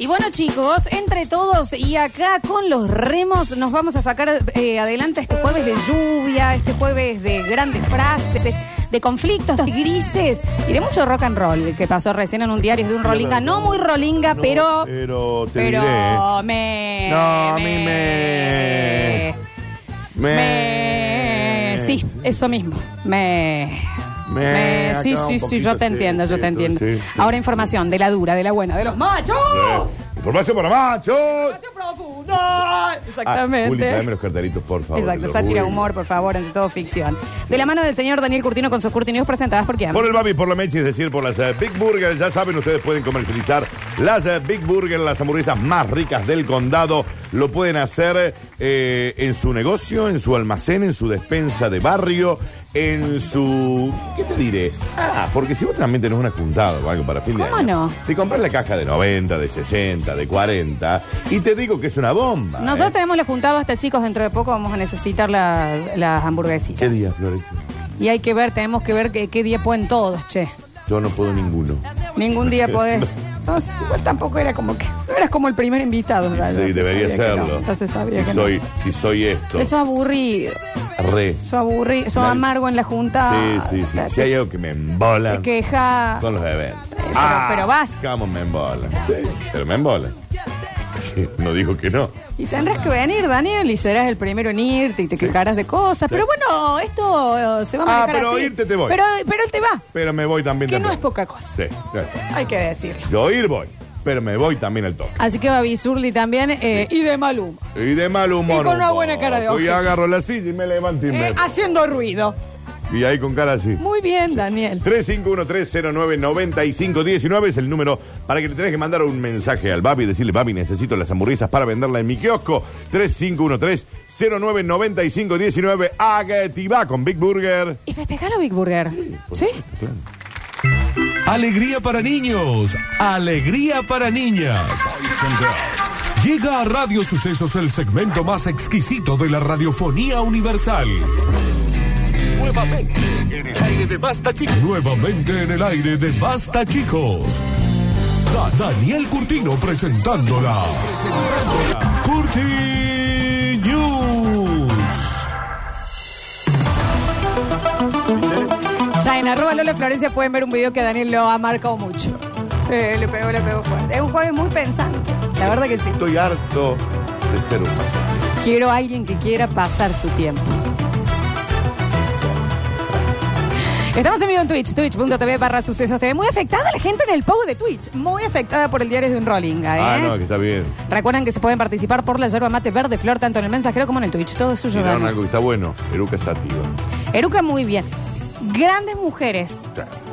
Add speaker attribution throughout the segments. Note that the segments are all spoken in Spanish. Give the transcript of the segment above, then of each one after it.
Speaker 1: Y bueno, chicos, entre todos y acá con los remos nos vamos a sacar eh, adelante este jueves de lluvia, este jueves de grandes frases, de conflictos, de grises y de mucho rock and roll que pasó recién en un diario de un rolinga, no muy rolinga,
Speaker 2: No,
Speaker 1: pero.
Speaker 2: Pero te
Speaker 1: Pero
Speaker 2: diré. eh.
Speaker 1: me.
Speaker 2: No, a mí me-
Speaker 1: Me. Sí, eso mismo. Me.
Speaker 2: Me-
Speaker 1: me- sí,
Speaker 2: acá
Speaker 1: sí, sí,
Speaker 2: un poquito,
Speaker 1: yo te
Speaker 2: sí,
Speaker 1: entiendo, yo
Speaker 2: sí,
Speaker 1: te
Speaker 2: sí,
Speaker 1: entiendo.
Speaker 2: sí.
Speaker 1: Ahora información de la dura, de la buena, de los machos.
Speaker 2: Eh, Información para machos.
Speaker 1: Mate profundo. Exactamente.
Speaker 2: Ah, Juli, tráeme los cartelitos, por favor.
Speaker 1: Exacto,
Speaker 2: los
Speaker 1: sátira,
Speaker 2: Juli.
Speaker 1: humor, por favor, ante todo ficción. De la mano del señor Daniel Curtino con sus Curtinios presentadas por quién.
Speaker 2: Por el Babi, por la Mechi, es decir, por las eh, Big Burgers. Ya saben, ustedes pueden comercializar las eh, Big Burgers, las hamburguesas más ricas del condado. Lo pueden hacer eh, en su negocio, en su almacén, en su despensa de barrio, en su... ¿Qué te diré? Ah, porque si vos también tenés una juntada o algo para fin de
Speaker 1: ¿Cómo
Speaker 2: año,
Speaker 1: no?
Speaker 2: Te compras la caja de 90, de 60, de 40 y te digo que es una bomba.
Speaker 1: Nosotros
Speaker 2: ¿eh?
Speaker 1: tenemos la juntada hasta chicos, dentro de poco vamos a necesitar la- las hamburguesitas.
Speaker 2: ¿Qué día, Florencia?
Speaker 1: Y hay que ver, tenemos que ver qué, qué día pueden todos, che.
Speaker 2: Yo no puedo ninguno.
Speaker 1: Ningún día podés. No, sí, igual tampoco era como que. No eras como el primer invitado, Daniel,
Speaker 2: Sí,
Speaker 1: se
Speaker 2: debería
Speaker 1: sabía que no,
Speaker 2: serlo.
Speaker 1: ya se sabía
Speaker 2: si,
Speaker 1: que
Speaker 2: soy,
Speaker 1: no.
Speaker 2: si soy esto.
Speaker 1: Pero Eso aburrido.
Speaker 2: Re.
Speaker 1: Eso aburrido. Eso
Speaker 2: La-
Speaker 1: amargo en la
Speaker 2: Sí,
Speaker 1: juntada.
Speaker 2: sí, sí.
Speaker 1: Te-
Speaker 2: Si hay algo que me embola,
Speaker 1: te queja.
Speaker 2: son los eventos. Ah,
Speaker 1: pero- pero vas.
Speaker 2: ¿Cómo me embola? Sí, pero me embola. Sí, no digo que no.
Speaker 1: Y tendrás que venir, Daniel, y serás el primero en irte y te quejarás de cosas. Pero bueno, esto eh, se va a
Speaker 2: Ah,
Speaker 1: manejar
Speaker 2: pero
Speaker 1: así.
Speaker 2: irte te voy.
Speaker 1: Pero, pero él te va,
Speaker 2: Pero me voy también
Speaker 1: que
Speaker 2: del
Speaker 1: no es
Speaker 2: toque.
Speaker 1: poca cosa.
Speaker 2: Sí, sí.
Speaker 1: Hay que decirlo.
Speaker 2: Yo ir voy, pero me voy también al toque.
Speaker 1: Así que Babi Zurli también, eh, y de Maluma,
Speaker 2: Y de mal humor.
Speaker 1: Y con una
Speaker 2: un
Speaker 1: buena
Speaker 2: poco.
Speaker 1: cara de
Speaker 2: Y
Speaker 1: ojete.
Speaker 2: agarro la silla y me levanto y me.
Speaker 1: eh, haciendo ruido.
Speaker 2: Y ahí con cara así.
Speaker 1: Muy bien, Daniel.
Speaker 2: 351-309-9519 es el número para que le tenés que mandar un mensaje al Babi y decirle, Babi, necesito las hamburguesas para venderla en mi kiosco. 3513-099519 Agativá con Big Burger.
Speaker 1: Y festejalo, Big Burger. ¿Sí?
Speaker 3: Alegría para niños, alegría para niñas. Llega a Radio Sucesos el segmento más exquisito de la radiofonía universal. Nuevamente en el aire de Basta Chicos. Nuevamente en el aire de Basta Chicos. Da- Daniel Curtino presentándola. Curti News.
Speaker 1: Ya en arroba Lola Florencia pueden ver un video que a Daniel lo ha marcado mucho. Eh, le pegó, le pegó fuerte. Es un jueves muy pensante. La verdad que sí.
Speaker 2: Estoy harto de ser un pasajero.
Speaker 1: Quiero a alguien que quiera pasar su tiempo. Estamos en vivo en Twitch, twitch.tv barra sucesos TV. Muy afectada la gente en el pago de Twitch. Muy afectada por el diario de un rollinga, ¿eh?
Speaker 2: Ah, no, que está bien.
Speaker 1: Recuerden que se pueden participar por la yerba mate verde flor tanto en el mensajero como en el Twitch. Todo es suyo.
Speaker 2: Tiraron
Speaker 1: Dani.
Speaker 2: algo que está bueno. Eruca Sativa.
Speaker 1: Eruca, muy bien. Grandes mujeres.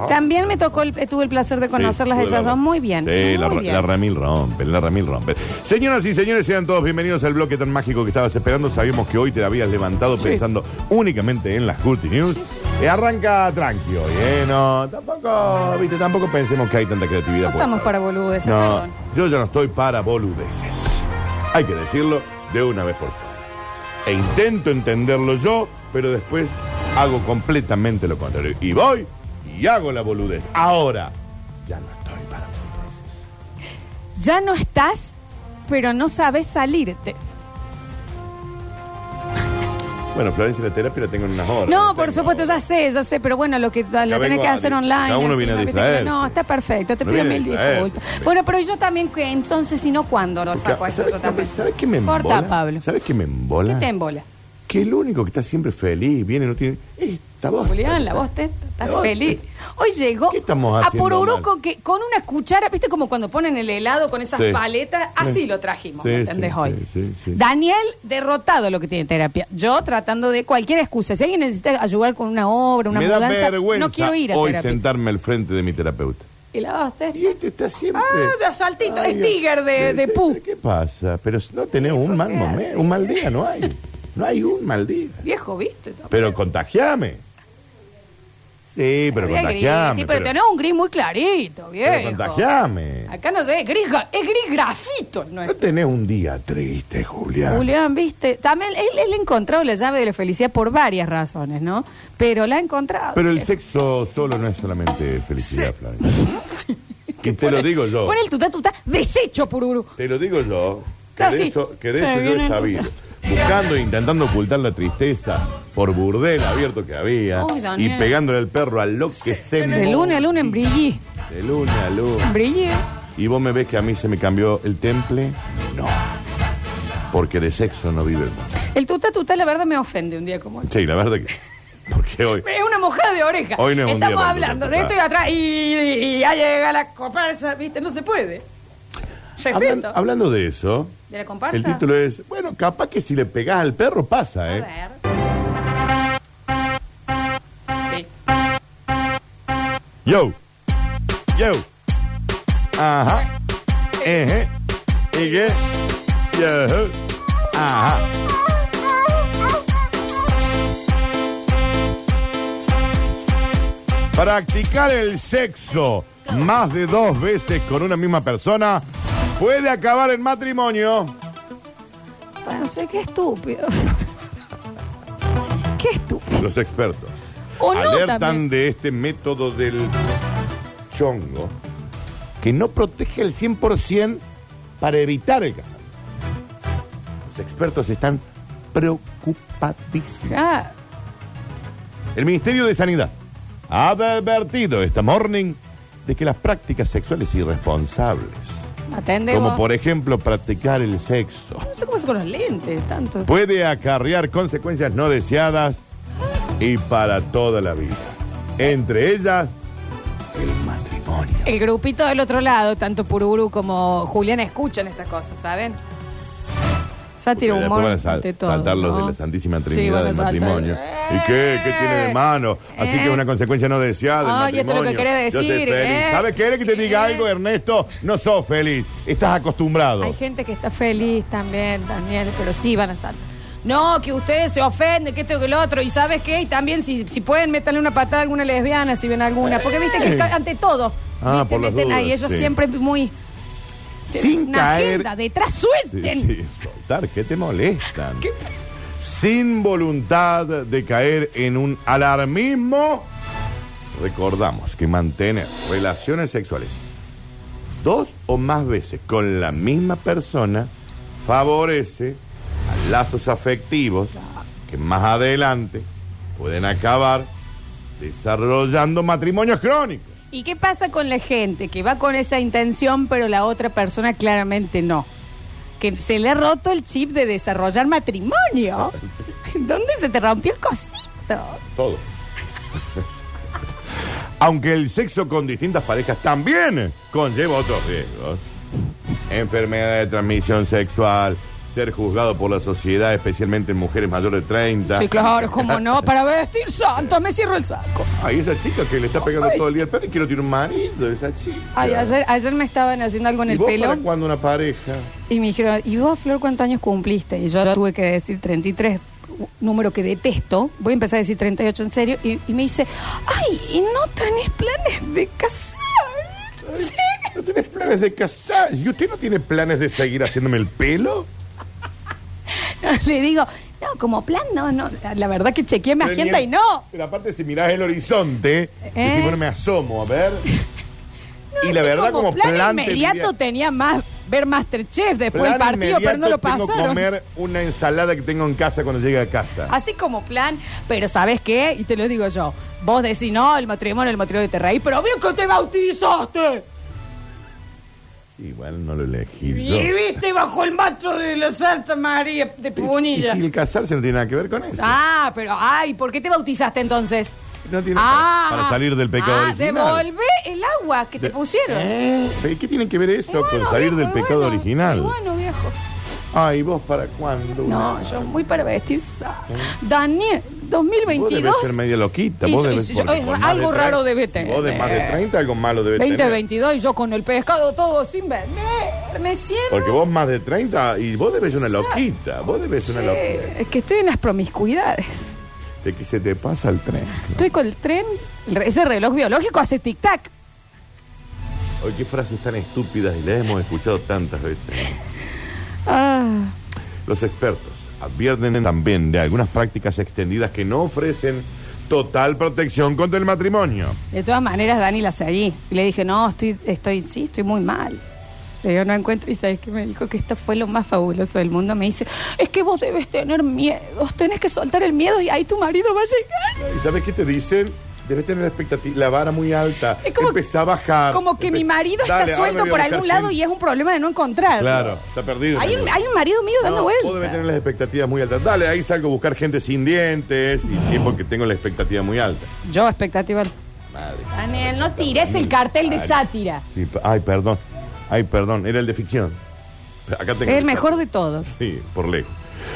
Speaker 1: También me tocó, el- tuve el placer de conocerlas
Speaker 2: Sí,
Speaker 1: ellas
Speaker 2: pude
Speaker 1: dos.
Speaker 2: verlo.
Speaker 1: Muy bien.
Speaker 2: Sí, la,
Speaker 1: muy
Speaker 2: ra-
Speaker 1: bien.
Speaker 2: la Ramil rompen, la Ramil rompen. Señoras y señores, sean todos bienvenidos al bloque tan mágico que estabas esperando. Sabíamos que hoy te habías levantado
Speaker 1: Sí.
Speaker 2: pensando únicamente en las Good News. Eh, arranca tranqui hoy, ¿eh? No, tampoco, viste, tampoco pensemos que hay tanta creatividad.
Speaker 1: No
Speaker 2: por
Speaker 1: estamos
Speaker 2: acá.
Speaker 1: para boludeces,
Speaker 2: No,
Speaker 1: perdón.
Speaker 2: yo ya no estoy para boludeces. Hay que decirlo de una vez por todas. E intento entenderlo yo, pero después hago completamente lo contrario. Y voy y hago la boludez. Ahora, ya no estoy para boludeces.
Speaker 1: Ya no estás, pero no sabes salirte.
Speaker 2: Bueno, Florencia, la terapia la tengo en unas horas.
Speaker 1: No,
Speaker 2: la
Speaker 1: por
Speaker 2: tengo
Speaker 1: supuesto, ya
Speaker 2: ahora.
Speaker 1: sé, ya sé, pero bueno, lo que lo tenés
Speaker 2: vengo
Speaker 1: que
Speaker 2: a-
Speaker 1: hacer online.
Speaker 2: cada uno viene
Speaker 1: encima,
Speaker 2: a
Speaker 1: ¿viste?
Speaker 2: distraerse.
Speaker 1: No, está perfecto, te
Speaker 2: Uno
Speaker 1: pido
Speaker 2: viene a
Speaker 1: mil
Speaker 2: distraerse.
Speaker 1: disculpas. Bueno, pero yo también, que entonces, si no, ¿cuándo lo
Speaker 2: Ca-
Speaker 1: saco a esto
Speaker 2: ¿Sabes
Speaker 1: yo
Speaker 2: qué-
Speaker 1: también?
Speaker 2: ¿sabes qué me embola?
Speaker 1: Corta, Pablo.
Speaker 2: ¿Sabes qué me
Speaker 1: ¿Qué
Speaker 2: embola?
Speaker 1: te embola?
Speaker 2: Que el único que está siempre feliz, viene, no tiene... Esta voz.
Speaker 1: Julián, la voz te estás
Speaker 2: La voz
Speaker 1: feliz.
Speaker 2: te-
Speaker 1: Hoy llegó
Speaker 2: ¿Qué estamos
Speaker 1: a
Speaker 2: haciendo
Speaker 1: Pururuco
Speaker 2: mal?
Speaker 1: que con una cuchara, viste como cuando ponen el helado con esas
Speaker 2: Sí.
Speaker 1: paletas, así
Speaker 2: Sí.
Speaker 1: lo trajimos,
Speaker 2: Sí,
Speaker 1: ¿me entendés
Speaker 2: sí,
Speaker 1: hoy?
Speaker 2: sí, sí, sí.
Speaker 1: Daniel derrotado lo que tiene terapia. Yo tratando de cualquier excusa. Si alguien necesita ayudar con una obra, una
Speaker 2: me da
Speaker 1: mudanza,
Speaker 2: vergüenza
Speaker 1: no quiero ir a
Speaker 2: hoy
Speaker 1: terapia.
Speaker 2: sentarme al frente de mi terapeuta.
Speaker 1: Y la voz te-
Speaker 2: Y este está siempre.
Speaker 1: Ah, de asaltito, es tigre de- de pu.
Speaker 2: ¿Qué pasa? Pero no tenés un mal momento, un mal día, no hay. No hay un mal día.
Speaker 1: Viejo, ¿viste?
Speaker 2: Pero contagiame. Sí, pero
Speaker 1: Había gris,
Speaker 2: contagiame.
Speaker 1: Sí, pero, tenés un gris muy clarito, viejo.
Speaker 2: pero contagiame.
Speaker 1: Acá no sé, es gris, ga- es gris grafito el
Speaker 2: No
Speaker 1: nuestro.
Speaker 2: tenés un día triste, Julián.
Speaker 1: Julián, viste, también él, él ha encontrado la llave de la felicidad por varias razones, ¿no? Pero la ha encontrado.
Speaker 2: Pero el sexo solo no es solamente felicidad, Flavia. Y te lo digo yo.
Speaker 1: Pon el tutá tutá, desecho, pururu.
Speaker 2: Te lo digo yo, que
Speaker 1: Casi.
Speaker 2: de eso, que de
Speaker 1: Me
Speaker 2: eso yo
Speaker 1: vienen-
Speaker 2: he sabido. Buscando e intentando ocultar la tristeza por burdel abierto que había
Speaker 1: Uy,
Speaker 2: y
Speaker 1: Daniel.
Speaker 2: pegándole al perro a lo que se
Speaker 1: De luna a luna en brillí.
Speaker 2: De luna a luna.
Speaker 1: En brillí.
Speaker 2: Y vos me ves que a mí se me cambió el temple. No. Porque de sexo no vive el mundo.
Speaker 1: El tutá tutá, la verdad, me ofende un día como hoy.
Speaker 2: Sí, la verdad que. Porque hoy.
Speaker 1: Es una mojada de oreja.
Speaker 2: Hoy no es un día
Speaker 1: Estamos
Speaker 2: para el
Speaker 1: hablando
Speaker 2: tutá
Speaker 1: de
Speaker 2: tutá.
Speaker 1: esto y atrás. Y, y ya llega la comparsa, ¿viste? No se puede. Respeto.
Speaker 2: Hablan- hablando de eso.
Speaker 1: ¿De la comparsa?
Speaker 2: El título es. Bueno, capaz que si le pegás al perro pasa,
Speaker 1: A
Speaker 2: ¿eh?
Speaker 1: ver. Sí.
Speaker 2: Yo. Yo. Ajá. Eje. Ige. Yo. Ajá. Practicar el sexo más de dos veces con una misma persona puede acabar en matrimonio.
Speaker 1: Bueno, sé qué estúpido. qué estúpido.
Speaker 2: Los expertos
Speaker 1: O no,
Speaker 2: alertan
Speaker 1: también.
Speaker 2: de este método del chongo que no protege el 100% para evitar el casamiento. Los expertos están preocupadísimos.
Speaker 1: Ah,
Speaker 2: El Ministerio de Sanidad ha advertido esta morning de que las prácticas sexuales irresponsables,
Speaker 1: atende
Speaker 2: como
Speaker 1: vos.
Speaker 2: por ejemplo practicar el sexo,
Speaker 1: No sé cómo es con los lentes, tanto.
Speaker 2: puede acarrear consecuencias no deseadas y para toda la vida. Entre ellas, el matrimonio.
Speaker 1: El grupito del otro lado, tanto Pururu como Juliana, escuchan estas cosas, ¿saben? Sátiro
Speaker 2: Porque
Speaker 1: humor.
Speaker 2: después van a sal-
Speaker 1: ante todo,
Speaker 2: saltar los
Speaker 1: ¿no?
Speaker 2: de la Santísima
Speaker 1: Sí,
Speaker 2: Trinidad
Speaker 1: van a
Speaker 2: del
Speaker 1: saltar.
Speaker 2: matrimonio. ¿Y qué? ¿Qué tiene de malo? Así
Speaker 1: Eh.
Speaker 2: que una consecuencia no deseada.
Speaker 1: Ay,
Speaker 2: del
Speaker 1: esto es lo que
Speaker 2: matrimonio.
Speaker 1: querés
Speaker 2: Yo soy
Speaker 1: decir,
Speaker 2: feliz.
Speaker 1: eh.
Speaker 2: ¿Sabes qué? ¿Querés que te diga
Speaker 1: Eh.
Speaker 2: algo, Ernesto? No sos feliz. Estás acostumbrado.
Speaker 1: Hay gente que está feliz también, Daniel, pero sí van a saltar. No, que ustedes se ofenden, que esto que lo otro. Y sabes qué, y también si, si pueden, métanle una patada a alguna lesbiana, si ven alguna. Porque viste que está- ante todo,
Speaker 2: Ah,
Speaker 1: ¿viste?
Speaker 2: por las
Speaker 1: meten ahí,
Speaker 2: dudas,
Speaker 1: ellos
Speaker 2: sí.
Speaker 1: siempre muy...
Speaker 2: Sin
Speaker 1: una
Speaker 2: caer.
Speaker 1: agenda, detrás
Speaker 2: Sí,
Speaker 1: suelten.
Speaker 2: sí, soltar, ¿qué te molestan? Sin voluntad de caer en un alarmismo, recordamos que mantener relaciones sexuales dos o más veces con la misma persona favorece a lazos afectivos que más adelante pueden acabar desarrollando matrimonios crónicos.
Speaker 1: ¿Y qué pasa con la gente que va con esa intención, pero la otra persona claramente no? Que se le ha roto el chip de desarrollar matrimonio. ¿Dónde se te rompió el cosito?
Speaker 2: Todo. Aunque el sexo con distintas parejas también conlleva otros riesgos. Enfermedad de transmisión sexual, ser juzgado por la sociedad, especialmente en mujeres mayores de 30.
Speaker 1: Sí, claro, cómo no, para vestir santo, me cierro el saco.
Speaker 2: Ay, esa chica que le está pegando todo el día al perro y quiero tiene un marido, esa chica.
Speaker 1: Ay, ayer, ayer me estaban haciendo algo en
Speaker 2: ¿Y
Speaker 1: el
Speaker 2: vos
Speaker 1: pelo
Speaker 2: para cuándo una pareja?
Speaker 1: y me dijeron, ¿y vos, Flor, cuántos años cumpliste? Y yo tuve que decir 33, un número que detesto. Voy a empezar a decir 38 en serio. Y, y me dice, ay, ¿y no tenés planes de casar? Sí.
Speaker 2: ¿No tenés planes de casar? ¿Y usted no tiene planes de seguir haciéndome el pelo?
Speaker 1: Le digo, no, como plan, no, no. La verdad que chequeé mi
Speaker 2: Pero ni
Speaker 1: agenda
Speaker 2: el-
Speaker 1: y no.
Speaker 2: Pero aparte, si mirás el horizonte,
Speaker 1: ¿Eh?
Speaker 2: decís, bueno, me asomo, a ver. y la
Speaker 1: Sí,
Speaker 2: verdad, como,
Speaker 1: plan,
Speaker 2: te
Speaker 1: inmediato
Speaker 2: diría,
Speaker 1: tenía más ver Masterchef después
Speaker 2: plan
Speaker 1: del partido, pero no
Speaker 2: inmediato
Speaker 1: lo
Speaker 2: tengo
Speaker 1: pasaron. Ah.
Speaker 2: comer una ensalada que tengo en casa cuando llegue a casa.
Speaker 1: Así como plan, pero ¿sabes qué? Y te lo digo yo. Vos decís, no, el matrimonio, el matrimonio te reí, pero vio que te bautizaste.
Speaker 2: Sí, bueno, no lo elegí yo.
Speaker 1: Y viste bajo el manto de la Santa María de
Speaker 2: Y
Speaker 1: Punilla.
Speaker 2: si el casarse no tiene nada que ver con eso.
Speaker 1: Ah, pero, ay, ¿por qué te bautizaste entonces?
Speaker 2: No tiene
Speaker 1: ah,
Speaker 2: para salir del pecado
Speaker 1: ah,
Speaker 2: original.
Speaker 1: devolvé el agua que te
Speaker 2: De-
Speaker 1: pusieron.
Speaker 2: ¿Eh? ¿Pero ¿Qué tiene que ver eso
Speaker 1: Y bueno,
Speaker 2: con salir
Speaker 1: viejo,
Speaker 2: del
Speaker 1: y
Speaker 2: pecado
Speaker 1: bueno,
Speaker 2: original?
Speaker 1: y bueno, viejo.
Speaker 2: Ay, ¿vos para cuándo?
Speaker 1: No, yo muy para vestir. sa-
Speaker 2: Eh.
Speaker 1: Daniel, 2022.
Speaker 2: Vos debes ser media loquita.
Speaker 1: Y
Speaker 2: vos
Speaker 1: yo-
Speaker 2: debes-
Speaker 1: y yo-
Speaker 2: porque
Speaker 1: eh,
Speaker 2: con más
Speaker 1: algo
Speaker 2: de
Speaker 1: raro
Speaker 2: 30,
Speaker 1: debe
Speaker 2: si Vos de más de
Speaker 1: tener.
Speaker 2: 30, algo malo debe tener.
Speaker 1: 2022 y yo con el pescado todo sin vender. Me cierro.
Speaker 2: Porque vos más de 30 y vos debes una loquita. Vos debes una loquita.
Speaker 1: Eh, Es que estoy en las promiscuidades.
Speaker 2: De que se te pasa el tren.
Speaker 1: Estoy con el tren. el re- Ese reloj biológico hace tic-tac.
Speaker 2: Oye, qué frases tan estúpidas y las hemos escuchado tantas veces.
Speaker 1: Ah,
Speaker 2: Los expertos advierten también de algunas prácticas extendidas que no ofrecen total protección contra el matrimonio.
Speaker 1: De todas maneras, Dani la seguí. Y le dije, no, estoy, estoy, sí, estoy muy mal. Le digo, no encuentro. Y sabes que me dijo que esto fue lo más fabuloso del mundo. Me dice, es que vos debes tener miedo, vos tenés que soltar el miedo y ahí tu marido va a llegar.
Speaker 2: ¿Y sabes qué te dicen? Debes tener la expectativa, la vara muy alta.
Speaker 1: Es como-
Speaker 2: Empezá a bajar.
Speaker 1: Como que
Speaker 2: Empe-
Speaker 1: mi marido
Speaker 2: Ah, Dale,
Speaker 1: está
Speaker 2: ahora
Speaker 1: suelto
Speaker 2: me voy a
Speaker 1: por
Speaker 2: buscar
Speaker 1: algún lado
Speaker 2: gente.
Speaker 1: y es un problema de no encontrarlo.
Speaker 2: Claro, está perdido.
Speaker 1: Hay un, hay un marido mío dando
Speaker 2: No,
Speaker 1: vueltas.
Speaker 2: Vos debes tener las expectativas muy altas. Dale, ahí salgo a buscar gente sin dientes y sí, porque tengo la expectativa muy alta.
Speaker 1: Yo, expectativa.
Speaker 2: Madre.
Speaker 1: Daniel, no tires el cartel de
Speaker 2: Ay.
Speaker 1: sátira.
Speaker 2: Sí, p- ay, perdón. Ay, perdón. Era el de ficción. Acá tengo
Speaker 1: Es el mejor de todos.
Speaker 2: Sí, por lejos.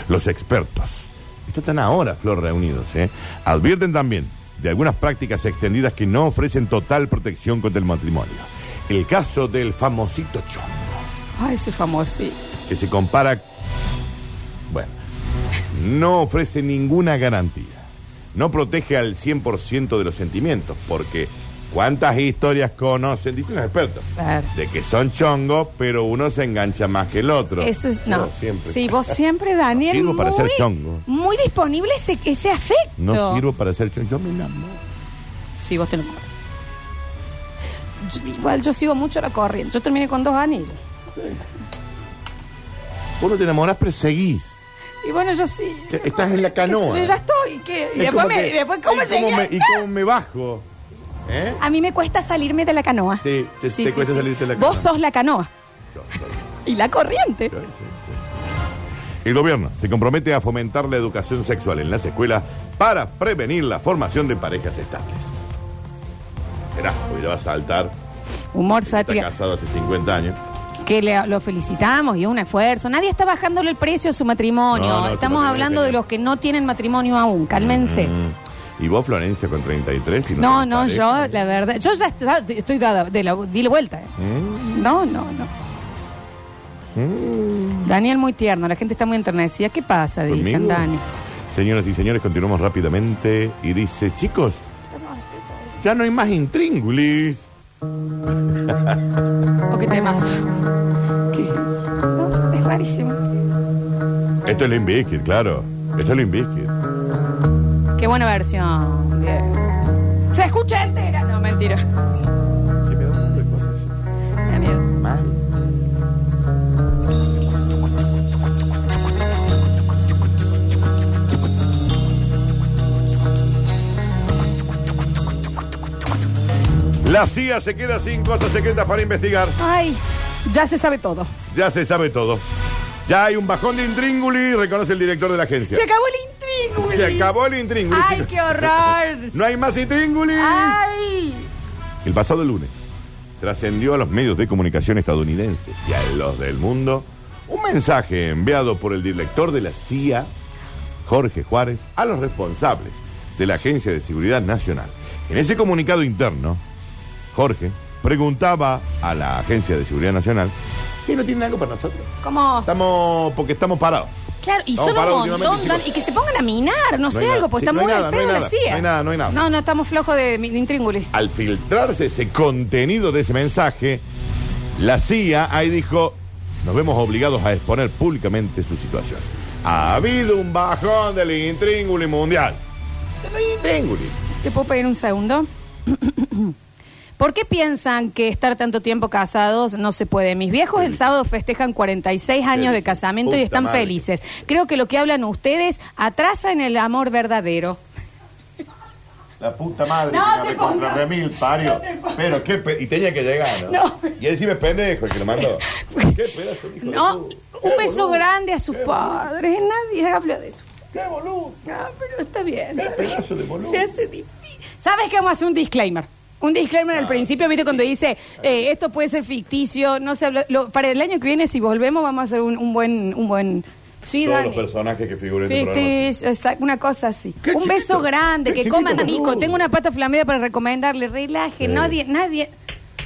Speaker 2: Los expertos. Estos están ahora, Flor, reunidos. ¿eh? Advierten también de algunas prácticas extendidas que no ofrecen total protección contra el matrimonio. El caso del famosito chongo,
Speaker 1: Ay, soy famosito.
Speaker 2: que se compara... Bueno, no ofrece ninguna garantía. No protege al 100% de los sentimientos, porque ¿cuántas historias conocen? Dicen los expertos.
Speaker 1: Claro.
Speaker 2: De que son chongos, pero uno se engancha más que el otro.
Speaker 1: Eso es. No.
Speaker 2: Yo siempre.
Speaker 1: Sí, vos siempre, Daniel.
Speaker 2: No sirvo para
Speaker 1: muy,
Speaker 2: ser chongo.
Speaker 1: Muy disponible ese, ese afecto.
Speaker 2: No sirvo para ser chongo. Yo me enamoro.
Speaker 1: Sí, vos te lo Yo- Igual yo sigo mucho la corriente. Yo terminé con dos anillos.
Speaker 2: Vos no te enamorás, pero seguís.
Speaker 1: Y bueno, yo sí.
Speaker 2: Que estás en la canoa.
Speaker 1: Yo ya estoy. ¿qué? Y
Speaker 2: Es
Speaker 1: después,
Speaker 2: como
Speaker 1: me,
Speaker 2: que-
Speaker 1: y después, ¿cómo
Speaker 2: ¿y cómo
Speaker 1: llegué
Speaker 2: me,
Speaker 1: acá?
Speaker 2: ¿Y cómo me bajo? ¿Eh?
Speaker 1: A mí me cuesta salirme de la canoa.
Speaker 2: Sí, te- te cuesta salirte de la
Speaker 1: Vos
Speaker 2: canoa.
Speaker 1: sos la canoa. Y la corriente.
Speaker 2: El gobierno se compromete a fomentar la educación sexual en las escuelas para prevenir la formación de parejas estables. Verás, porque te va a saltar.
Speaker 1: Humor,
Speaker 2: Está
Speaker 1: sátira.
Speaker 2: casado hace 50 años.
Speaker 1: Que le- lo felicitamos y es un esfuerzo. Nadie está bajándole el precio a su matrimonio.
Speaker 2: No, no, su
Speaker 1: Estamos
Speaker 2: matrimonio
Speaker 1: hablando
Speaker 2: genial.
Speaker 1: de los que no tienen matrimonio aún. Cálmense.
Speaker 2: Mm. ¿Y vos, Florencia, con 33? y
Speaker 1: No,
Speaker 2: tenés
Speaker 1: no,
Speaker 2: pareja?
Speaker 1: yo, la verdad, yo ya est- ya estoy, dada de la dile vuelta. eh.
Speaker 2: Mm.
Speaker 1: No, no, no. Daniel muy tierno, la gente está muy enternecida. ¿Qué pasa? Dicen,
Speaker 2: Mm. ¿Conmigo?
Speaker 1: Dani.
Speaker 2: Señoras y señores, continuamos rápidamente. Y dice, chicos, ya no hay más intríngulis.
Speaker 1: ¿O Oh, qué temas?
Speaker 2: ¿Qué es eso?
Speaker 1: No, es rarísimo.
Speaker 2: Esto es Limbiskit, claro. Esto es Limbiskit.
Speaker 1: Qué buena versión. Bien. Se escucha entera. No, mentira.
Speaker 2: Sí, me da un montón de cosas.
Speaker 1: Me da miedo.
Speaker 2: Mal. La CIA se queda sin cosas secretas para investigar.
Speaker 1: Ay, ya se sabe todo.
Speaker 2: Ya se sabe todo. Ya hay un bajón de intríngulis, reconoce el director de la agencia.
Speaker 1: Se acabó el intríngulis.
Speaker 2: Se acabó el intríngulis.
Speaker 1: Ay, qué horror. Ah.
Speaker 2: No hay más intríngulis.
Speaker 1: Ay.
Speaker 2: El pasado lunes trascendió a los medios de comunicación estadounidenses y a los del mundo un mensaje enviado por el director de la CIA, Jorge Juárez, a los responsables de la Agencia de Seguridad Nacional. En ese comunicado interno, Jorge preguntaba a la Agencia de Seguridad Nacional si no tienen algo para nosotros.
Speaker 1: ¿Cómo?
Speaker 2: Estamos porque estamos parados.
Speaker 1: Claro, y
Speaker 2: Estamos
Speaker 1: son un
Speaker 2: parados
Speaker 1: montón,
Speaker 2: últimamente,
Speaker 1: Dan, y
Speaker 2: chicos.
Speaker 1: que se pongan a minar, no, sé
Speaker 2: hay nada.
Speaker 1: algo, pues
Speaker 2: Sí,
Speaker 1: está
Speaker 2: no hay
Speaker 1: muy al
Speaker 2: nada, no hay
Speaker 1: pedo la
Speaker 2: nada,
Speaker 1: CIA.
Speaker 2: no hay nada, no hay nada.
Speaker 1: No, no, estamos flojos de, mi- de intríngulis.
Speaker 2: Al filtrarse ese contenido de ese mensaje, la CIA ahí dijo, nos vemos obligados a exponer públicamente su situación. Ha habido un bajón del intríngulis mundial. Del intríngulis.
Speaker 1: ¿Te puedo pedir un segundo? ¿Por qué piensan que estar tanto tiempo casados no se puede? Mis viejos el sábado festejan 46 años de casamiento y
Speaker 2: Puta
Speaker 1: están
Speaker 2: madre.
Speaker 1: felices. Creo que lo que hablan ustedes atrasa en el amor verdadero.
Speaker 2: La puta madre
Speaker 1: No
Speaker 2: que
Speaker 1: te
Speaker 2: me recontra
Speaker 1: pongas.
Speaker 2: remil, pario. Pero qué pe- Y tenía que llegar, ¿no?
Speaker 1: No.
Speaker 2: Y encima es pendejo el que lo mandó. qué pedazo de hijo de
Speaker 1: No,
Speaker 2: puta.
Speaker 1: un
Speaker 2: Qué
Speaker 1: beso
Speaker 2: boludo.
Speaker 1: grande a sus
Speaker 2: Qué
Speaker 1: padres. Nadie habla de eso.
Speaker 2: boludo. Qué boludo.
Speaker 1: Ah, pero está bien.
Speaker 2: Qué pedazo de boludo.
Speaker 1: Se hace difícil. ¿Sabes qué vamos a hacer? Un disclaimer. Un disclaimer
Speaker 2: Ah.
Speaker 1: al principio, ¿viste? Cuando dice, eh, esto puede ser ficticio, no se habla... lo- para el año que viene, si volvemos, vamos a hacer un, un buen... Un buen sí,
Speaker 2: Todos
Speaker 1: Dani.
Speaker 2: los personajes que figuran en este programa.
Speaker 1: Ficticio, exacto, una cosa así.
Speaker 2: Qué
Speaker 1: un
Speaker 2: chiquito,
Speaker 1: beso grande,
Speaker 2: qué
Speaker 1: que
Speaker 2: chiquito,
Speaker 1: coman
Speaker 2: boludo.
Speaker 1: rico. Tengo una pata flameda para recomendarle. Relaje,
Speaker 2: Sí.
Speaker 1: nadie... nadie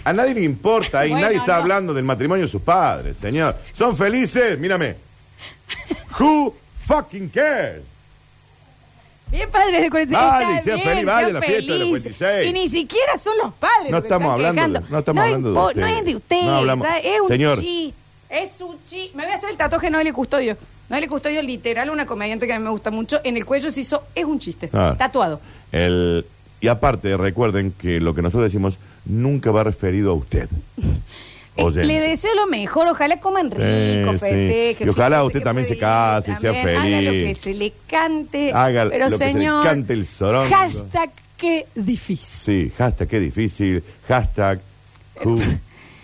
Speaker 2: A nadie le importa y
Speaker 1: Bueno,
Speaker 2: nadie está
Speaker 1: no.
Speaker 2: hablando del matrimonio de sus padres, señor. ¿Son felices? Mírame. Who fucking cares?
Speaker 1: Bien, padres de 46.
Speaker 2: Vale,
Speaker 1: está
Speaker 2: sean
Speaker 1: bien,
Speaker 2: feliz, vale,
Speaker 1: sean
Speaker 2: la fiesta de los
Speaker 1: felices.
Speaker 2: 46.
Speaker 1: Y ni siquiera son los padres.
Speaker 2: No
Speaker 1: los que están
Speaker 2: estamos hablando de-
Speaker 1: quejando.
Speaker 2: no estamos hablando de
Speaker 1: impo-
Speaker 2: ustedes.
Speaker 1: No es de ustedes.
Speaker 2: No hablamos.
Speaker 1: ¿sabes? Es un
Speaker 2: Señor.
Speaker 1: chiste. Es un chiste. Me voy a hacer el tatuaje no le custodio. Noelia Custodio, literal, una comediante que a mí me gusta mucho, en el cuello se hizo, es un chiste,
Speaker 2: Ah.
Speaker 1: tatuado.
Speaker 2: El- y aparte, recuerden que lo que nosotros decimos nunca va referido a usted.
Speaker 1: Eh,
Speaker 2: Oyente.
Speaker 1: Le deseo lo mejor, ojalá coman rico,
Speaker 2: sí.
Speaker 1: festejen,
Speaker 2: Y ojalá
Speaker 1: fíjense
Speaker 2: usted
Speaker 1: que
Speaker 2: también se
Speaker 1: pueden,
Speaker 2: case y sea
Speaker 1: también, Haga lo que
Speaker 2: feliz.
Speaker 1: se le cante,
Speaker 2: Haga
Speaker 1: pero
Speaker 2: lo que se le
Speaker 1: señor,
Speaker 2: cante el zorongo.
Speaker 1: hashtag qué difícil.
Speaker 2: Sí, hashtag qué difícil, hashtag who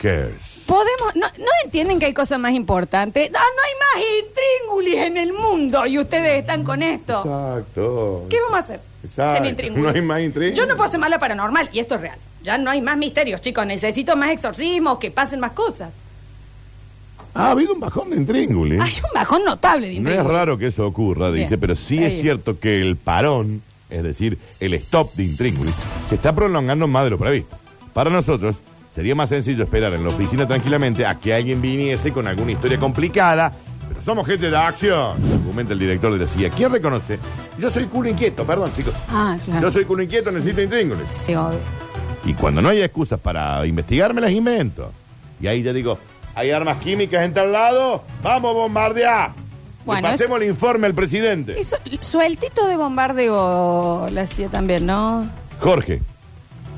Speaker 2: cares.
Speaker 1: Podemos, no, no entienden que hay cosas más importantes. No, no hay más intríngulis en el mundo y ustedes están con esto.
Speaker 2: Exacto.
Speaker 1: ¿Qué vamos a hacer?
Speaker 2: Exacto.
Speaker 1: Sin intríngulis.
Speaker 2: No hay más intríngulis.
Speaker 1: Yo no puedo hacer mala paranormal y esto es real. Ya no hay más misterios, chicos. Necesito más exorcismos, que pasen más cosas.
Speaker 2: Ha habido un bajón ¿eh? de intríngulis.
Speaker 1: Hay un bajón notable de
Speaker 2: No es
Speaker 1: intríngulis.
Speaker 2: raro que eso ocurra,
Speaker 1: Bien.
Speaker 2: dice, pero sí
Speaker 1: Ahí.
Speaker 2: es cierto que el parón, es decir, el stop de intríngulis, se está prolongando más de lo previsto. Para nosotros, sería más sencillo esperar en la oficina tranquilamente a que alguien viniese con alguna historia complicada, pero somos gente de acción, argumenta el director de la CIA. ¿Quién reconoce? Yo soy culo inquieto, perdón, chicos.
Speaker 1: Ah,
Speaker 2: Yo
Speaker 1: claro.
Speaker 2: soy culo inquieto, necesito intríngulis.
Speaker 1: Sí, obvio.
Speaker 2: Y cuando no hay excusas para investigarme, las invento. Y ahí ya digo, hay armas químicas en tal lado, vamos a bombardear.
Speaker 1: Bueno,
Speaker 2: Le pasemos el informe al presidente.
Speaker 1: Eso, sueltito de bombardeo la hacía también, ¿no?
Speaker 2: Jorge,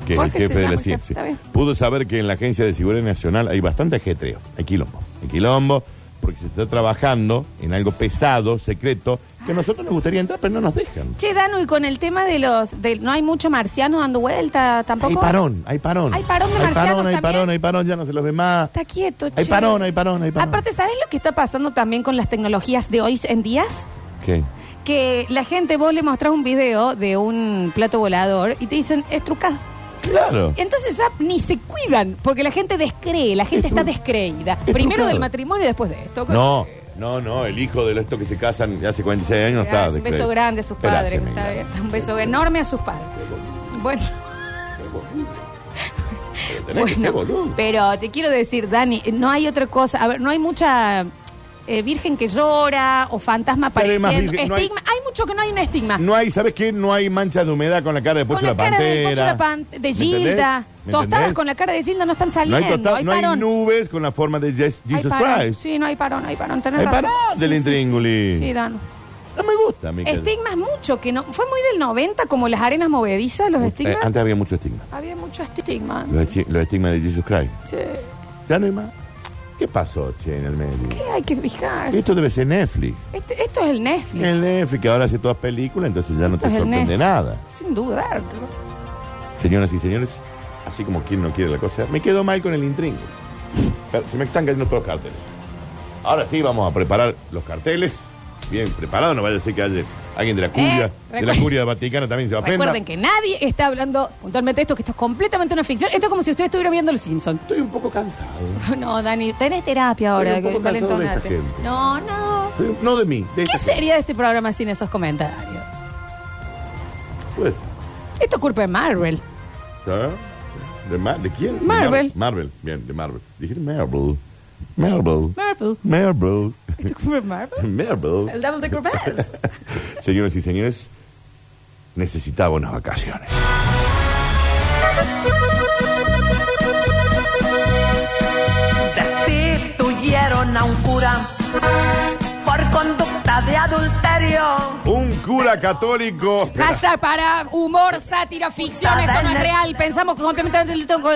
Speaker 2: que
Speaker 1: Jorge
Speaker 2: es el
Speaker 1: se
Speaker 2: jefe de la
Speaker 1: llama,
Speaker 2: CIA,
Speaker 1: está
Speaker 2: sí,
Speaker 1: bien.
Speaker 2: pudo saber que en la Agencia de Seguridad Nacional hay bastante ajetreo, hay quilombo. Hay quilombo porque se está trabajando en algo pesado, secreto, que a nosotros nos gustaría entrar, pero no nos dejan.
Speaker 1: Che, Danu, y con el tema de los... de- no hay mucho marciano dando vuelta tampoco.
Speaker 2: Hay parón, hay parón.
Speaker 1: Hay parón de
Speaker 2: Hay
Speaker 1: marcianos
Speaker 2: parón, hay
Speaker 1: también.
Speaker 2: parón, hay parón, ya no se los ve más.
Speaker 1: Está quieto, che.
Speaker 2: Hay parón, hay parón, hay parón.
Speaker 1: Aparte, ¿sabes lo que está pasando también con las tecnologías de hoy en días?
Speaker 2: ¿Qué?
Speaker 1: Que la gente, vos le mostrás un video de un plato volador y te dicen, es trucado.
Speaker 2: Claro.
Speaker 1: Entonces ya ni se cuidan, porque la gente descree, la gente
Speaker 2: Es
Speaker 1: está
Speaker 2: tru-
Speaker 1: descreída.
Speaker 2: es
Speaker 1: Primero
Speaker 2: trucado.
Speaker 1: del matrimonio y después de esto.
Speaker 2: No, no, no, el hijo de estos que se casan ya hace 46 años
Speaker 1: Ah,
Speaker 2: está.
Speaker 1: es un beso
Speaker 2: descreído.
Speaker 1: grande a sus
Speaker 2: Pero
Speaker 1: padres.
Speaker 2: haceme,
Speaker 1: está
Speaker 2: claro.
Speaker 1: bien. Un beso enorme a sus padres. Bueno.
Speaker 2: Tenés que ser
Speaker 1: Bueno,
Speaker 2: boludo.
Speaker 1: pero te quiero decir, Dani, no hay otra cosa. A ver, no hay mucha eh, virgen que llora o fantasma
Speaker 2: Sí, hay más
Speaker 1: apareciendo.
Speaker 2: virgen, no hay-
Speaker 1: Estigma. hay... mucho que no hay un estigma.
Speaker 2: No hay, ¿sabes qué? No hay mancha de humedad con la cara de Pocho
Speaker 1: con la
Speaker 2: la
Speaker 1: cara de Pocho
Speaker 2: Pantera.
Speaker 1: la Pan- de
Speaker 2: ¿Me
Speaker 1: Gilda.
Speaker 2: entendés? ¿Me
Speaker 1: Tostadas
Speaker 2: entendés?
Speaker 1: con la cara de Gilda no están
Speaker 2: No
Speaker 1: saliendo.
Speaker 2: hay, tosta- no hay
Speaker 1: parón.
Speaker 2: nubes con la forma de Yes-
Speaker 1: Hay
Speaker 2: Jesus
Speaker 1: parón.
Speaker 2: Christ.
Speaker 1: Sí, no hay parón, hay parón. Tenés
Speaker 2: Hay
Speaker 1: razón.
Speaker 2: parón del
Speaker 1: Sí, sí, sí.
Speaker 2: intríngulis.
Speaker 1: Sí, Danu.
Speaker 2: No me gusta, Miquel.
Speaker 1: Estigmas mucho, que no. Fue muy del 90, como las arenas movedizas, los
Speaker 2: Eh,
Speaker 1: estigmas.
Speaker 2: antes había mucho estigma.
Speaker 1: Había mucho estigma. Este,
Speaker 2: Los, echi- los estigmas de Jesus Christ.
Speaker 1: Che,
Speaker 2: Ya no hay más. ¿Qué pasó, che, en el medio?
Speaker 1: ¿Qué hay que fijarse? Esto,
Speaker 2: Esto debe ser Netflix.
Speaker 1: este- esto es el Netflix,
Speaker 2: El Netflix que ahora hace todas películas, entonces ya no
Speaker 1: Esto
Speaker 2: te
Speaker 1: es el
Speaker 2: sorprende
Speaker 1: Netflix.
Speaker 2: nada.
Speaker 1: sin dudarlo.
Speaker 2: Señoras y señores, así como quien no quiere la cosa, me quedo mal con el intríngulo. Pero Se me están cayendo todos los carteles. Ahora sí, vamos a preparar los carteles. Bien preparados, no vaya a ser que haya alguien de la curia, de la
Speaker 1: recuer-
Speaker 2: curia vaticana también se ofenda.
Speaker 1: Eh, Recuerden que nadie está hablando puntualmente de esto, que esto es completamente una ficción. Esto es como si usted estuviera viendo Los Simpsons.
Speaker 2: Estoy un poco cansado.
Speaker 1: No, Dani, tenés terapia ahora.
Speaker 2: Estoy un
Speaker 1: que
Speaker 2: poco cansado de esta
Speaker 1: valentonate.
Speaker 2: gente.
Speaker 1: No, no.
Speaker 2: Estoy- no de mí,
Speaker 1: ¿Qué
Speaker 2: de esta gente.
Speaker 1: sería de este programa sin esos comentarios?
Speaker 2: Puede ser.
Speaker 1: Esto es culpa de Marvel.
Speaker 2: ¿Ah? ¿De, ma- de quién? De
Speaker 1: Marvel.
Speaker 2: Marvel, bien, de Marvel. Dijiste Marvel. Marvel.
Speaker 1: Marvel.
Speaker 2: Marvel.
Speaker 1: Esto es culpa de Marvel.
Speaker 2: Marvel.
Speaker 1: El Double Decker Bass.
Speaker 2: Señoras y señores, necesitaba unas vacaciones.
Speaker 4: Destituyeron a un cura por conducta de adulterio.
Speaker 2: Un cura católico.
Speaker 1: Hashtag para humor, sátira, ficción, esto no es real. Pensamos que completamente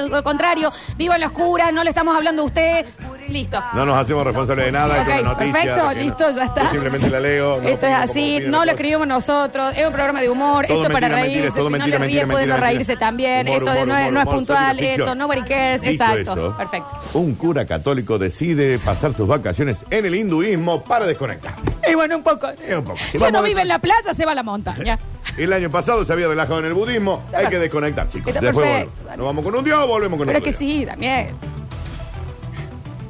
Speaker 1: lo contrario. Viva los curas, no le estamos hablando a usted. Listo.
Speaker 2: No nos hacemos responsables de nada. esto
Speaker 1: Ok,
Speaker 2: es una noticia,
Speaker 1: perfecto,
Speaker 2: que no-
Speaker 1: listo, ya está.
Speaker 2: yo simplemente la leo.
Speaker 1: Esto
Speaker 2: no
Speaker 1: es
Speaker 2: opino como
Speaker 1: así,
Speaker 2: opino
Speaker 1: no lo
Speaker 2: los
Speaker 1: escribimos nosotros, es un programa de humor, esto
Speaker 2: Todo
Speaker 1: es para
Speaker 2: mentira,
Speaker 1: reírse,
Speaker 2: mentira, todo
Speaker 1: si
Speaker 2: mentira,
Speaker 1: no le ríe
Speaker 2: mentira,
Speaker 1: pueden no
Speaker 2: mentira.
Speaker 1: reírse también,
Speaker 2: Humor,
Speaker 1: esto
Speaker 2: humor,
Speaker 1: no, es,
Speaker 2: humor,
Speaker 1: no es
Speaker 2: humor,
Speaker 1: puntual,
Speaker 2: sátira,
Speaker 1: esto
Speaker 2: ficción.
Speaker 1: nobody cares,
Speaker 2: Dicho
Speaker 1: exacto,
Speaker 2: eso,
Speaker 1: perfecto.
Speaker 2: Un cura católico decide pasar sus vacaciones en el hinduismo para desconectar.
Speaker 1: Y bueno, un poco.
Speaker 2: Es un poco así.
Speaker 1: Si
Speaker 2: Vamos
Speaker 1: uno
Speaker 2: a ver-
Speaker 1: vive en la playa, se va a la montaña.
Speaker 2: El año pasado se había relajado en el budismo. Hay que desconectar, chicos.
Speaker 1: Está
Speaker 2: Después
Speaker 1: perfecto.
Speaker 2: volvemos. Nos vamos con un dios, volvemos con
Speaker 1: Pero es
Speaker 2: otro
Speaker 1: que
Speaker 2: dios.
Speaker 1: sí, también.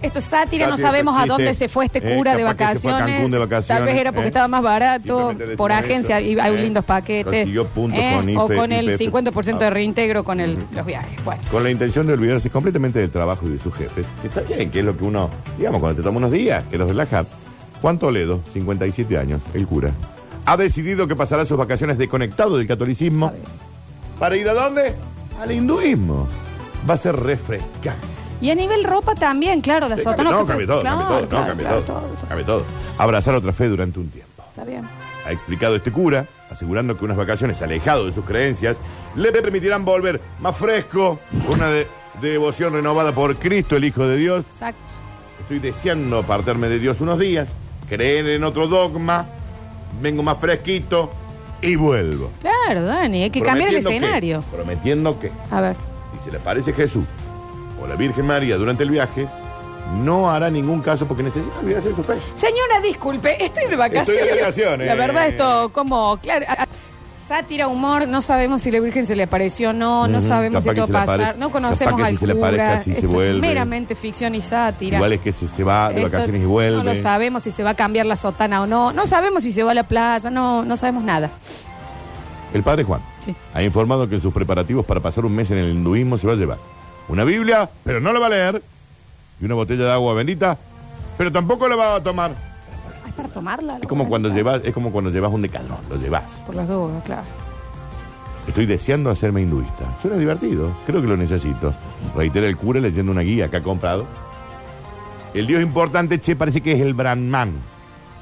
Speaker 1: Esto es sátira, no
Speaker 2: Sátira,
Speaker 1: sabemos a
Speaker 2: chiste.
Speaker 1: dónde se fue este
Speaker 2: Eh,
Speaker 1: cura de,
Speaker 2: capaz que se fue a
Speaker 1: vacaciones.
Speaker 2: Cancún de vacaciones,
Speaker 1: Tal vez era porque
Speaker 2: ¿eh?
Speaker 1: estaba más barato,
Speaker 2: Simplemente decimos
Speaker 1: por agencia
Speaker 2: eso,
Speaker 1: y hay
Speaker 2: ¿eh?
Speaker 1: lindos paquetes. eh,
Speaker 2: Consiguió puntos con
Speaker 1: O
Speaker 2: IFE, ah.
Speaker 1: con el
Speaker 2: IPF.
Speaker 1: 50% de reintegro con el- los viajes. Bueno.
Speaker 2: Con la intención de olvidarse completamente del trabajo y de sus jefes. Está bien, que es lo que uno, digamos, cuando te toma unos días, que los relaja. Juan Toledo, 57 años, el cura, ha decidido que pasará sus vacaciones desconectado del catolicismo.
Speaker 1: Está bien.
Speaker 2: ¿Para ir a dónde? Al hinduismo. Va a ser refrescante.
Speaker 1: Y a nivel ropa también, claro, la
Speaker 2: Sí,
Speaker 1: sotana.
Speaker 2: cambia- no,
Speaker 1: que-
Speaker 2: cambia todo,
Speaker 1: claro,
Speaker 2: cambia todo,
Speaker 1: claro,
Speaker 2: no, cambia
Speaker 1: claro,
Speaker 2: todo,
Speaker 1: todo.
Speaker 2: cambia todo. Abrazar otra fe durante un tiempo.
Speaker 1: Está bien.
Speaker 2: Ha explicado este cura, asegurando que unas vacaciones alejado de sus creencias le permitirán volver más fresco, con una de- devoción renovada por Cristo, el Hijo de Dios.
Speaker 1: Exacto.
Speaker 2: Estoy deseando apartarme de Dios unos días, creer en otro dogma, vengo más fresquito y vuelvo.
Speaker 1: Claro, Dani, hay que cambiar el
Speaker 2: Prometiendo que-
Speaker 1: escenario.
Speaker 2: prometiendo que
Speaker 1: A ver.
Speaker 2: si se le aparece Jesús o la Virgen María durante el viaje, no hará ningún caso porque necesita olvidarse de su fe.
Speaker 1: Señora, disculpe, estoy de vacaciones.
Speaker 2: Estoy de vacaciones.
Speaker 1: La verdad, esto como, claro, a- a- sátira, humor, no sabemos si la Virgen se le apareció o no, no
Speaker 2: Ujú,
Speaker 1: sabemos si
Speaker 2: capaz
Speaker 1: esto va
Speaker 2: que
Speaker 1: a
Speaker 2: se le
Speaker 1: pasar,
Speaker 2: apare-
Speaker 1: no conocemos
Speaker 2: capaz que
Speaker 1: al
Speaker 2: si se le
Speaker 1: cura,
Speaker 2: aparezca, sí se
Speaker 1: esto es
Speaker 2: vuelve.
Speaker 1: meramente ficción y sátira.
Speaker 2: Igual es que si se va de
Speaker 1: Esto
Speaker 2: vacaciones y vuelve.
Speaker 1: No lo sabemos si se va a cambiar la sotana o no, no sabemos si se va a la playa, no, no sabemos nada.
Speaker 2: El padre Juan
Speaker 1: Sí.
Speaker 2: ha informado que en sus preparativos para pasar un mes en el hinduismo se va a llevar una Biblia, pero no la va a leer, y una botella de agua bendita, pero tampoco la va a tomar.
Speaker 1: Ah, Es para tomarla.
Speaker 2: Es como cuando llevas, es como cuando llevas un decalón, lo llevas.
Speaker 1: Por las dudas, claro.
Speaker 2: Estoy deseando hacerme hinduista. Suena divertido, creo que lo necesito. Reitera el cura leyendo una guía que ha comprado. El dios importante, che, parece que es el Brahman.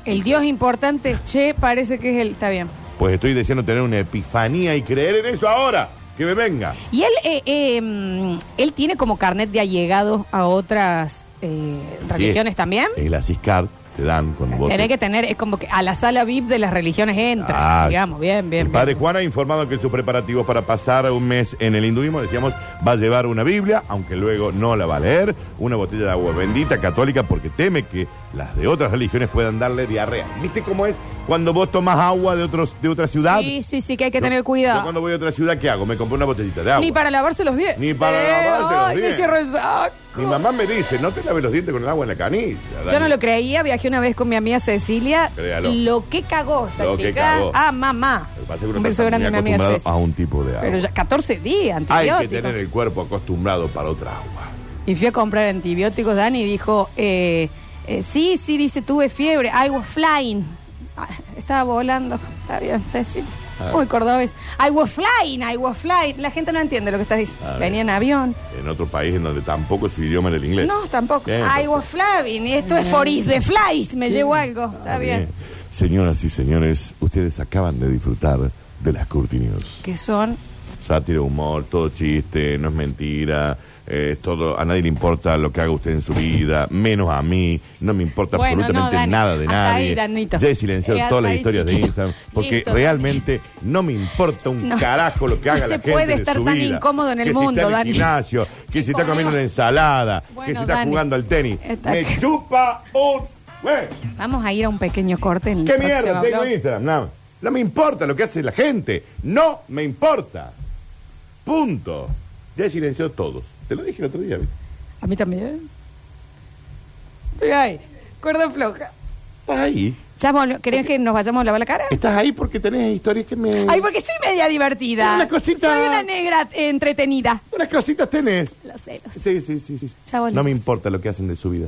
Speaker 1: El Dios importante, che, parece que es el. Está bien.
Speaker 2: Pues estoy deseando tener una epifanía y creer en eso ahora. Que me venga.
Speaker 1: Y él, eh, eh, mm, él tiene como carnet de allegado a otras eh, religiones
Speaker 2: Sí,
Speaker 1: también.
Speaker 2: En la CISCAR te dan con vos.
Speaker 1: Tiene que tener, es como que a la sala VIP de las religiones entra,
Speaker 2: Ah,
Speaker 1: digamos, bien, bien.
Speaker 2: El padre
Speaker 1: bien.
Speaker 2: Juan ha informado que sus preparativos para pasar un mes en el hinduismo, decíamos, va a llevar una Biblia, aunque luego no la va a leer, una botella de agua bendita católica, porque teme que las de otras religiones puedan darle diarrea. ¿Viste cómo es cuando vos tomás agua de, otros, de otra ciudad?
Speaker 1: Sí, sí, sí, que hay que
Speaker 2: Yo-
Speaker 1: tener
Speaker 2: Yo
Speaker 1: cuidado.
Speaker 2: cuando voy a otra ciudad, ¿qué hago? Me compré una botellita de agua.
Speaker 1: Ni para lavarse los dientes. Eh,
Speaker 2: Ni para lavarse los
Speaker 1: Ay, me
Speaker 2: dientes.
Speaker 1: cierro el saco.
Speaker 2: Mi mamá me dice, no te laves los dientes con el agua en la canilla.
Speaker 1: Yo no
Speaker 2: Dani.
Speaker 1: lo creía, viajé una vez con mi amiga Cecilia.
Speaker 2: Créalo.
Speaker 1: Lo que cagó esa
Speaker 2: Lo que
Speaker 1: chica.
Speaker 2: cagó.
Speaker 1: Ah, mamá.
Speaker 2: Lo que pasa es que uno
Speaker 1: Un
Speaker 2: está
Speaker 1: beso
Speaker 2: muy
Speaker 1: grande a mi amiga
Speaker 2: acostumbrado
Speaker 1: Ceci.
Speaker 2: a un tipo de agua.
Speaker 1: Pero ya 14 días,
Speaker 2: Hay
Speaker 1: antibióticos.
Speaker 2: que tener el cuerpo acostumbrado para otra agua.
Speaker 1: Y fui a comprar antibióticos, Dani, y dijo, eh, eh, sí, sí, dice, tuve fiebre, I was flying. Ah, estaba volando, está bien, Ceci. Muy cordobés. I was flying, I was flying. La gente no entiende lo que estás
Speaker 2: A
Speaker 1: diciendo.
Speaker 2: ver.
Speaker 1: Venía en avión.
Speaker 2: En otro país en donde tampoco su idioma era el inglés.
Speaker 1: No, tampoco.
Speaker 2: Bien,
Speaker 1: I was flying, y esto es for is the flies, me llevo algo.
Speaker 2: Ah,
Speaker 1: Está bien.
Speaker 2: Señoras y señores, ustedes acaban de disfrutar de las Curti News.
Speaker 1: Que son,
Speaker 2: Sátira, humor, todo chiste, no es mentira, eh, es todo, a nadie le importa lo que haga usted en su vida, menos a mí, no me importa
Speaker 1: Bueno,
Speaker 2: absolutamente
Speaker 1: no, Dani,
Speaker 2: nada de
Speaker 1: hasta
Speaker 2: nadie.
Speaker 1: ahí, Danito.
Speaker 2: ya he silenciado
Speaker 1: Eh, hasta
Speaker 2: todas las
Speaker 1: ahí,
Speaker 2: historias de
Speaker 1: chiquito.
Speaker 2: Instagram, porque
Speaker 1: Listo, Dani.
Speaker 2: realmente no me importa un
Speaker 1: No,
Speaker 2: carajo lo que
Speaker 1: no
Speaker 2: haga
Speaker 1: se
Speaker 2: la gente
Speaker 1: puede
Speaker 2: de
Speaker 1: estar
Speaker 2: su
Speaker 1: tan
Speaker 2: vida.
Speaker 1: incómodo en el
Speaker 2: que
Speaker 1: mundo,
Speaker 2: si está en
Speaker 1: Dani.
Speaker 2: el gimnasio, que si está comiendo una ensalada, que
Speaker 1: Bueno,
Speaker 2: si está
Speaker 1: Dani.
Speaker 2: jugando al tenis.
Speaker 1: Está acá.
Speaker 2: Me chupa un... huevo.
Speaker 1: vamos a ir a un pequeño corte en el
Speaker 2: ¿Qué
Speaker 1: próximo
Speaker 2: mierda tengo
Speaker 1: bloque.
Speaker 2: Instagram? No, no me importa lo que hace la gente. No me importa. Punto. Ya he silenciado todos. Te lo dije el otro día. ¿viste?
Speaker 1: A mí también. Estoy ahí, cuerda floja.
Speaker 2: Estás ahí.
Speaker 1: Ya volve- ¿Querés que nos vayamos a lavar la cara?
Speaker 2: Estás ahí porque tenés historias que me...
Speaker 1: Ay, porque soy media divertida.
Speaker 2: Una cosita.
Speaker 1: Soy una negra eh, entretenida.
Speaker 2: Unas cositas tenés.
Speaker 1: Los celos.
Speaker 2: Sí, sí, sí. sí.
Speaker 1: Ya volvemos.
Speaker 2: No me importa lo que hacen de su vida.